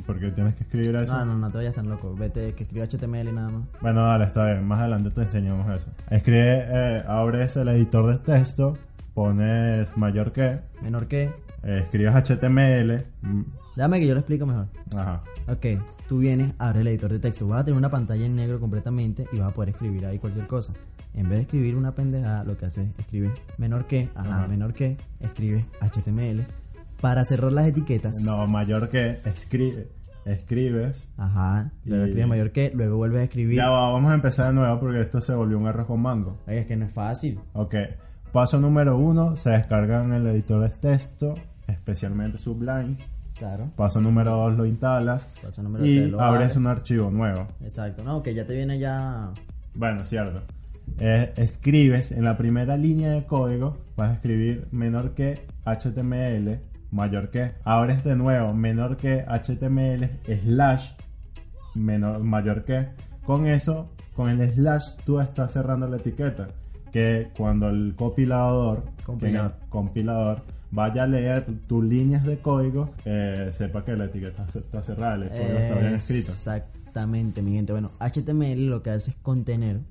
Speaker 1: porque tienes que escribir eso.
Speaker 2: Ah, No, no, no, te vayas tan loco. Vete que escriba HTML nada más.
Speaker 1: Bueno, dale, está bien. Más adelante te enseñamos eso. Escribe, eh, abres el editor de texto, pones mayor que,
Speaker 2: Menor que.
Speaker 1: eh, escribes HTML. mm,
Speaker 2: Déjame que yo lo explico mejor.
Speaker 1: Ajá.
Speaker 2: Ok, tú vienes, abre el editor de texto. Vas a tener una pantalla en negro completamente y vas a poder escribir ahí cualquier cosa. En vez de escribir una pendejada, lo que haces es escribes menor que, ajá,
Speaker 1: Ajá.
Speaker 2: menor que, escribes HTML. Para cerrar las etiquetas.
Speaker 1: No, mayor que, escribe, escribes.
Speaker 2: Ajá, luego
Speaker 1: Y-
Speaker 2: escribes mayor que, luego vuelves a escribir.
Speaker 1: Ya va, vamos a empezar de nuevo porque esto se volvió un arroz con mango.
Speaker 2: Ay, es que no es fácil.
Speaker 1: Ok, paso número uno, se descarga en el editor de texto, especialmente Sublime.
Speaker 2: Claro.
Speaker 1: Paso número dos, lo instalas
Speaker 2: Paso número
Speaker 1: y
Speaker 2: tres, lo
Speaker 1: abres
Speaker 2: abres.
Speaker 1: un archivo nuevo.
Speaker 2: Exacto, no, que ya te viene ya.
Speaker 1: Bueno, cierto. Eh, escribes en la primera línea de código, vas a escribir menor que HTML, mayor que. Abres de nuevo menor que HTML slash menor, mayor que. Con eso, con el slash, tú estás cerrando la etiqueta. Que cuando el compilador,
Speaker 2: Compilador.
Speaker 1: que el compilador vaya a leer tu- tus líneas de código, eh, sepa que la etiqueta está- está cerrada, el código está bien escrito.
Speaker 2: Exactamente, mi gente. Bueno, HTML lo que hace es contener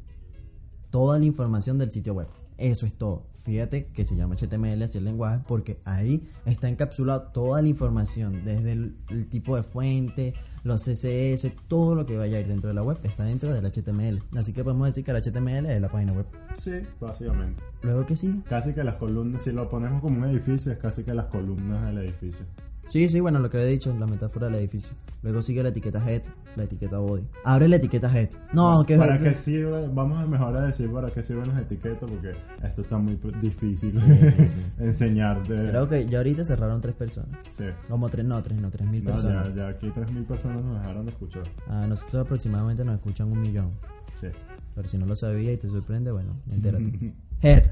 Speaker 2: toda la información del sitio web. Eso es todo. Fíjate que se llama HTML así el lenguaje porque ahí está encapsulado toda la información, desde el, el tipo de fuente, los CSS, todo lo que vaya a ir dentro de la web está dentro del HTML. Así que podemos decir que el HTML es la página web.
Speaker 1: Sí, básicamente.
Speaker 2: Luego que sigue.
Speaker 1: Casi que las columnas, si lo ponemos como un edificio, es casi que las columnas del edificio.
Speaker 2: Sí, sí, bueno, lo que había dicho, la metáfora del edificio. Luego sigue la etiqueta head, la etiqueta body. Abre la etiqueta head. No, que
Speaker 1: ¿Para qué sirve? Vamos a mejorar decir para qué sirven las etiquetas porque esto está muy p- difícil <laughs>
Speaker 2: sí, sí.
Speaker 1: enseñarte.
Speaker 2: Creo que ya ahorita cerraron tres personas.
Speaker 1: Sí.
Speaker 2: Como tres, no, tres, no, tres mil
Speaker 1: No,
Speaker 2: personas.
Speaker 1: ya, ya aquí 3.000 personas nos dejaron de escuchar.
Speaker 2: A nosotros aproximadamente nos escuchan un millón.
Speaker 1: Sí.
Speaker 2: Pero si no lo sabía y te sorprende, bueno,
Speaker 1: <laughs>
Speaker 2: entérate. head,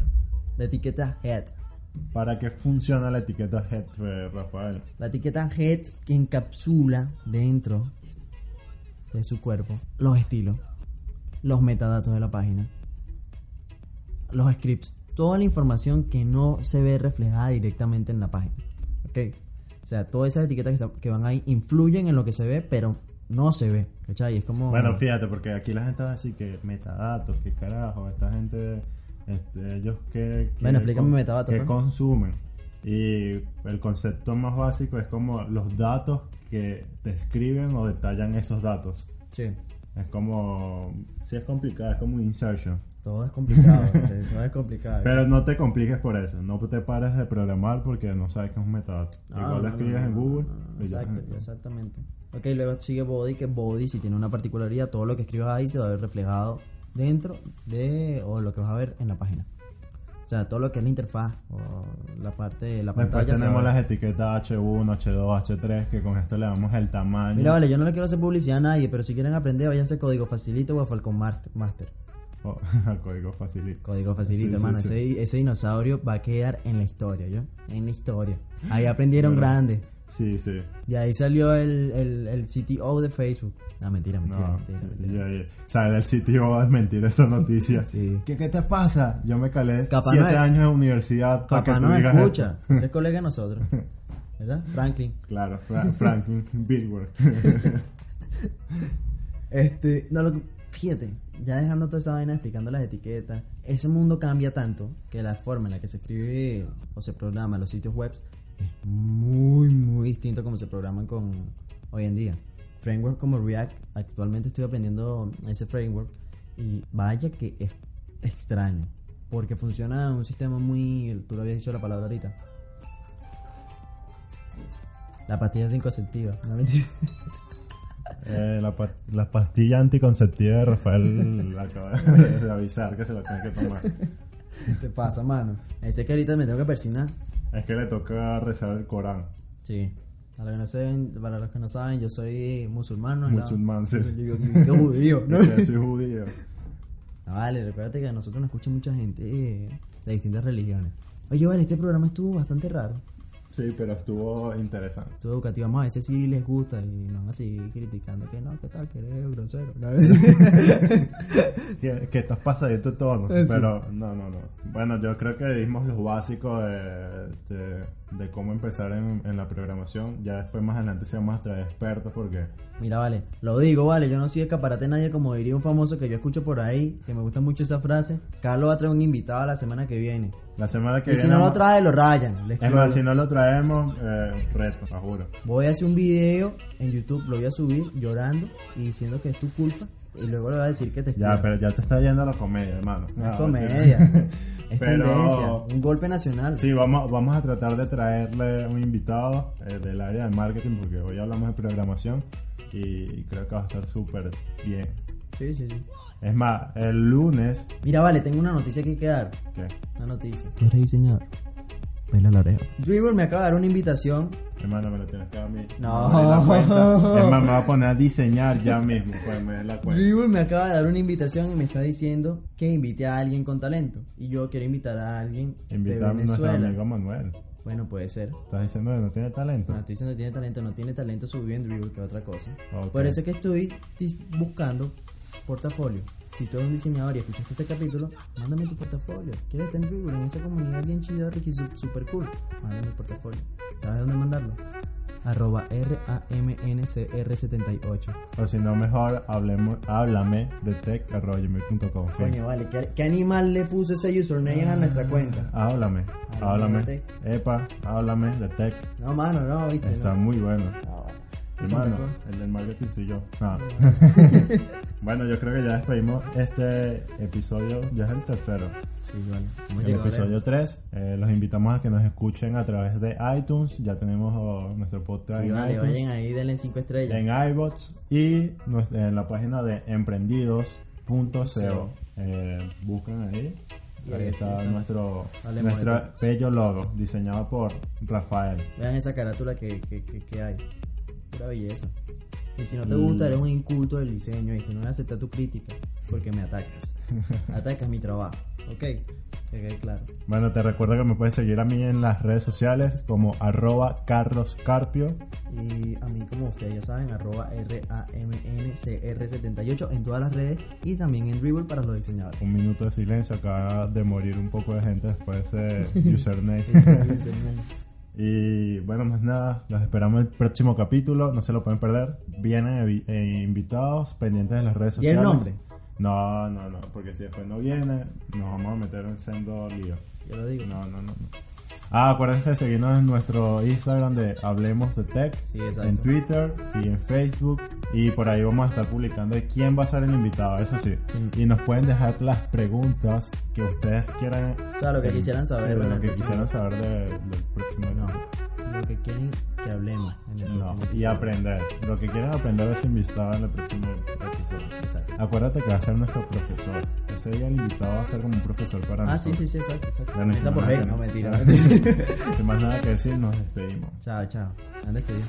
Speaker 2: la etiqueta head.
Speaker 1: ¿Para qué funciona la etiqueta head, eh, Rafael?
Speaker 2: La etiqueta head que encapsula dentro de su cuerpo los estilos, los metadatos de la página, los scripts, toda la información que no se ve reflejada directamente en la página. ¿Ok? O sea, todas esas etiquetas que, están- que van ahí influyen en lo que se ve, pero no se ve. ¿Cachai? Es como.
Speaker 1: Bueno, fíjate, porque aquí la gente va a decir que metadatos, que carajo, esta gente, este, ellos que... que-
Speaker 2: Bueno, explícame metadatos,
Speaker 1: Que
Speaker 2: pues.
Speaker 1: consumen. Y el concepto más básico es como los datos que describen o detallan esos datos.
Speaker 2: Sí.
Speaker 1: Es como... Sí, es complicado, es como un insertion.
Speaker 2: Todo es complicado. <laughs> sí, todo es complicado.
Speaker 1: Pero no te compliques por eso, no te pares de programar porque no sabes qué es un metadato.
Speaker 2: No,
Speaker 1: Ah, Igual
Speaker 2: Ah, no,
Speaker 1: lo escribes
Speaker 2: no,
Speaker 1: en
Speaker 2: no,
Speaker 1: Google.
Speaker 2: no, no, no,
Speaker 1: y ya.
Speaker 2: ah, exacto, exactamente. Ok, luego sigue body, que body si tiene una particularidad, todo lo que escribas ahí se va a ver reflejado dentro de o lo que vas a ver en la página. O sea, todo lo que es la interfaz o la parte, la
Speaker 1: Después
Speaker 2: pantalla. se
Speaker 1: tenemos
Speaker 2: va a
Speaker 1: las
Speaker 2: ver.
Speaker 1: etiquetas H1, H2, H3, que con esto le damos el tamaño.
Speaker 2: Mira, vale, yo no le quiero hacer publicidad a nadie, pero si quieren aprender, váyanse a Código Facilito o a Falcon Mart- Master.
Speaker 1: Oh, <laughs> código facilito.
Speaker 2: Código
Speaker 1: Sí, sí,
Speaker 2: Facilito, hermano.
Speaker 1: sí.
Speaker 2: Ese, ese dinosaurio va a quedar en la historia, ¿yo? En la historia.
Speaker 1: <laughs>
Speaker 2: Ahí aprendieron grande.
Speaker 1: Sí, sí.
Speaker 2: De ahí salió el, el, el CTO de Facebook. Ah, mentira, mentira,
Speaker 1: No,
Speaker 2: mentira. mentira.
Speaker 1: ya, ya. O sea, del sitio es mentir esta noticia.
Speaker 2: Sí.
Speaker 1: ¿Qué, ¿Qué te pasa? Yo me calé
Speaker 2: Capaz
Speaker 1: siete
Speaker 2: no es-
Speaker 1: años de universidad para que
Speaker 2: Papá
Speaker 1: tú
Speaker 2: no me
Speaker 1: digas
Speaker 2: escucha.
Speaker 1: esto.
Speaker 2: Ese es colega de nosotros. ¿Verdad? Franklin.
Speaker 1: Claro, Fra- <laughs> Franklin Billboard.
Speaker 2: <laughs> Este, no lo que- fíjate, ya dejando toda esa vaina explicando las etiquetas, ese mundo cambia tanto que la forma en la que se escribe o se programa los sitios web es muy muy distinto a como se programan con hoy en día. Framework como React, actualmente estoy aprendiendo ese framework y vaya que es extraño, porque funciona un sistema muy, tú lo habías dicho la palabra ahorita. La pastilla de inconceptiva, no mentira.
Speaker 1: Eh, la, pa- la pastilla anticonceptiva de Rafael
Speaker 2: <laughs>
Speaker 1: la acaba de avisar que se la tiene que tomar.
Speaker 2: Te pasa, mano. Ese que ahorita me tengo que persignar.
Speaker 1: Es que le toca rezar el Corán.
Speaker 2: Sí. Para los que no saben, para los que no saben yo soy musulmano. ¿no?
Speaker 1: Musulmán, sí.
Speaker 2: Yo, yo- yo- yo judío,
Speaker 1: <laughs>
Speaker 2: ¿no?
Speaker 1: Yo
Speaker 2: <laughs>
Speaker 1: soy judío.
Speaker 2: No, Vale, recuérdate que a nosotros nos escucha mucha gente eh, de distintas religiones. Oye, vale, este programa estuvo bastante raro.
Speaker 1: Sí, pero estuvo interesante.
Speaker 2: Estuvo educativo. Vamos a ver si sí les gusta y no van a seguir criticando que no, que tal, que eres grosero. ¿no? <laughs>
Speaker 1: <laughs> que, que estás pasadito de tono,
Speaker 2: Eh, sí.
Speaker 1: pero no, no, no. Bueno, yo creo que dimos los básicos de, de- de cómo empezar en, en la programación. Ya después más adelante se vamos a traer expertos porque
Speaker 2: Mira, vale, lo digo, vale, yo no soy escaparate de nadie, como diría un famoso que yo escucho por ahí, que me gusta mucho esa frase. Carlos va a traer un invitado la semana que viene.
Speaker 1: la semana que
Speaker 2: Y si no lo
Speaker 1: vamos-
Speaker 2: trae, lo rayan. Les
Speaker 1: es
Speaker 2: juro.
Speaker 1: más, si no lo traemos, eh, reto, lo juro.
Speaker 2: Voy a hacer un video en YouTube, lo voy a subir llorando y diciendo que es tu culpa y luego le voy a decir que te
Speaker 1: Ya,
Speaker 2: escucha.
Speaker 1: pero ya te está yendo la comedia, hermano.
Speaker 2: No es
Speaker 1: No, <laughs>
Speaker 2: comedia,
Speaker 1: mentira.
Speaker 2: es
Speaker 1: Pero-
Speaker 2: tendencia, un golpe nacional.
Speaker 1: Sí, vamos, vamos a tratar de traerle un invitado eh, del área de marketing porque hoy hablamos de programación y creo que va a estar súper bien.
Speaker 2: sí, sí, sí.
Speaker 1: Es más, el lunes
Speaker 2: Mira, vale, tengo una noticia que dar,
Speaker 1: ¿Qué?
Speaker 2: una noticia. Tú eres diseñador. Pela la oreja. Driver me acaba de dar una invitación.
Speaker 1: Hermano, me lo tienes que dar a mí.
Speaker 2: No.
Speaker 1: Me da la cuenta. Es más, me va a poner a diseñar
Speaker 2: <laughs>
Speaker 1: ya mismo. Pues me da la cuenta.
Speaker 2: Driver me acaba de dar una invitación y me está diciendo que invite a alguien con talento y yo quiero invitar a alguien
Speaker 1: Invita a
Speaker 2: de
Speaker 1: nuestro
Speaker 2: Venezuela.
Speaker 1: amigo Manuel.
Speaker 2: Bueno, puede ser.
Speaker 1: Estás diciendo que no tiene talento.
Speaker 2: No Ah, estoy diciendo que tiene talento, no tiene talento subido en dribble, que es otra cosa.
Speaker 1: Ah, Ok.
Speaker 2: Por eso es que estoy dis- buscando portafolio. Si tú eres un diseñador y escuchaste este capítulo, mándame tu portafolio. ¿Quieres estar en dribble en esa comunidad bien chida, Ricky, su- super cool? Mándame el portafolio. ¿Sabes dónde mandarlo? Arroba RAMNCR78.
Speaker 1: O si no, mejor hablemos, háblame de tech.com.
Speaker 2: Coño, vale, ¿qué, qué animal le puso ese username a
Speaker 1: Ah.
Speaker 2: nuestra cuenta?
Speaker 1: Háblame,
Speaker 2: Háblame
Speaker 1: háblame.
Speaker 2: de
Speaker 1: Epa, háblame de tech.
Speaker 2: No, mano, no, viste.
Speaker 1: Está
Speaker 2: no.
Speaker 1: muy bueno.
Speaker 2: No, vale.
Speaker 1: Hermano, el del marketing soy yo.
Speaker 2: Ah.
Speaker 1: No. <laughs> bueno, yo creo que ya despedimos este episodio. Ya es el tercero.
Speaker 2: Sí, vale. Hemos
Speaker 1: El
Speaker 2: llegado lejos.
Speaker 1: episodio 3, los invitamos a que nos escuchen a través de iTunes. Ya tenemos oh, nuestro podcast
Speaker 2: Sí,
Speaker 1: en
Speaker 2: vale,
Speaker 1: iTunes,
Speaker 2: vayan ahí, denle 5 estrellas.
Speaker 1: en iBots y nues- en la página de emprendidos.co. Eh, buscan ahí.
Speaker 2: Y
Speaker 1: ahí
Speaker 2: ahí
Speaker 1: está
Speaker 2: está.
Speaker 1: nuestro,
Speaker 2: Hablemos de
Speaker 1: nuestro bello logo diseñado por Rafael.
Speaker 2: Vean esa carátula que, que, que, que hay. Pura belleza. Y si no te gusta, eres un inculto del diseño y no voy a aceptar tu crítica porque me atacas. atacas mi trabajo. Ok, que quede claro.
Speaker 1: Bueno, te recuerdo que me puedes seguir a mí en las redes sociales como arroba Carlos Carpio.
Speaker 2: Y a mí, como ustedes ya saben, arroba RAMNCR78 en todas las redes y también en Dribble para
Speaker 1: <laughs>
Speaker 2: los diseñadores.
Speaker 1: Un minuto de silencio, acaba de morir un poco de gente después
Speaker 2: <laughs>
Speaker 1: de ese username. Y bueno, más nada, los esperamos en el próximo capítulo, no se lo pueden perder. Vienen evi- eh, invitados pendientes de las redes
Speaker 2: ¿Y el
Speaker 1: sociales.
Speaker 2: nombre?
Speaker 1: No, no, no, porque si después no viene, nos vamos a meter en sendo lío.
Speaker 2: Yo lo digo.
Speaker 1: No, no, no. no. Ah, acuérdense de seguirnos en nuestro Instagram de Hablemos de Tech,
Speaker 2: Sí, exacto.
Speaker 1: en Twitter y en Facebook. Y por ahí vamos a estar publicando de quién va a ser el invitado, eso sí.
Speaker 2: Sí.
Speaker 1: Y nos pueden dejar las preguntas que ustedes quieran.
Speaker 2: O sea, lo que
Speaker 1: eh,
Speaker 2: quisieran saber,
Speaker 1: sí, Lo
Speaker 2: ¿verdad?
Speaker 1: que quisieran saber de- del próximo.
Speaker 2: No.
Speaker 1: No.
Speaker 2: Lo que quieren que hablemos en
Speaker 1: No,
Speaker 2: el próximo
Speaker 1: y
Speaker 2: episodio.
Speaker 1: aprender. Lo que quieres aprender es invitado en el próximo episodio.
Speaker 2: Exacto.
Speaker 1: Acuérdate que va a ser nuestro profesor. Ese día el invitado va a ser como un profesor para
Speaker 2: Ah, sí,
Speaker 1: nosotros.
Speaker 2: sí, sí, exacto. exacto.
Speaker 1: Bueno,
Speaker 2: Comienza
Speaker 1: sin
Speaker 2: por
Speaker 1: más
Speaker 2: ley,
Speaker 1: nada
Speaker 2: no
Speaker 1: que- <laughs>
Speaker 2: mentira.
Speaker 1: Sin más nada que decir, nos despedimos.
Speaker 2: chao, chao. Anda, estudios.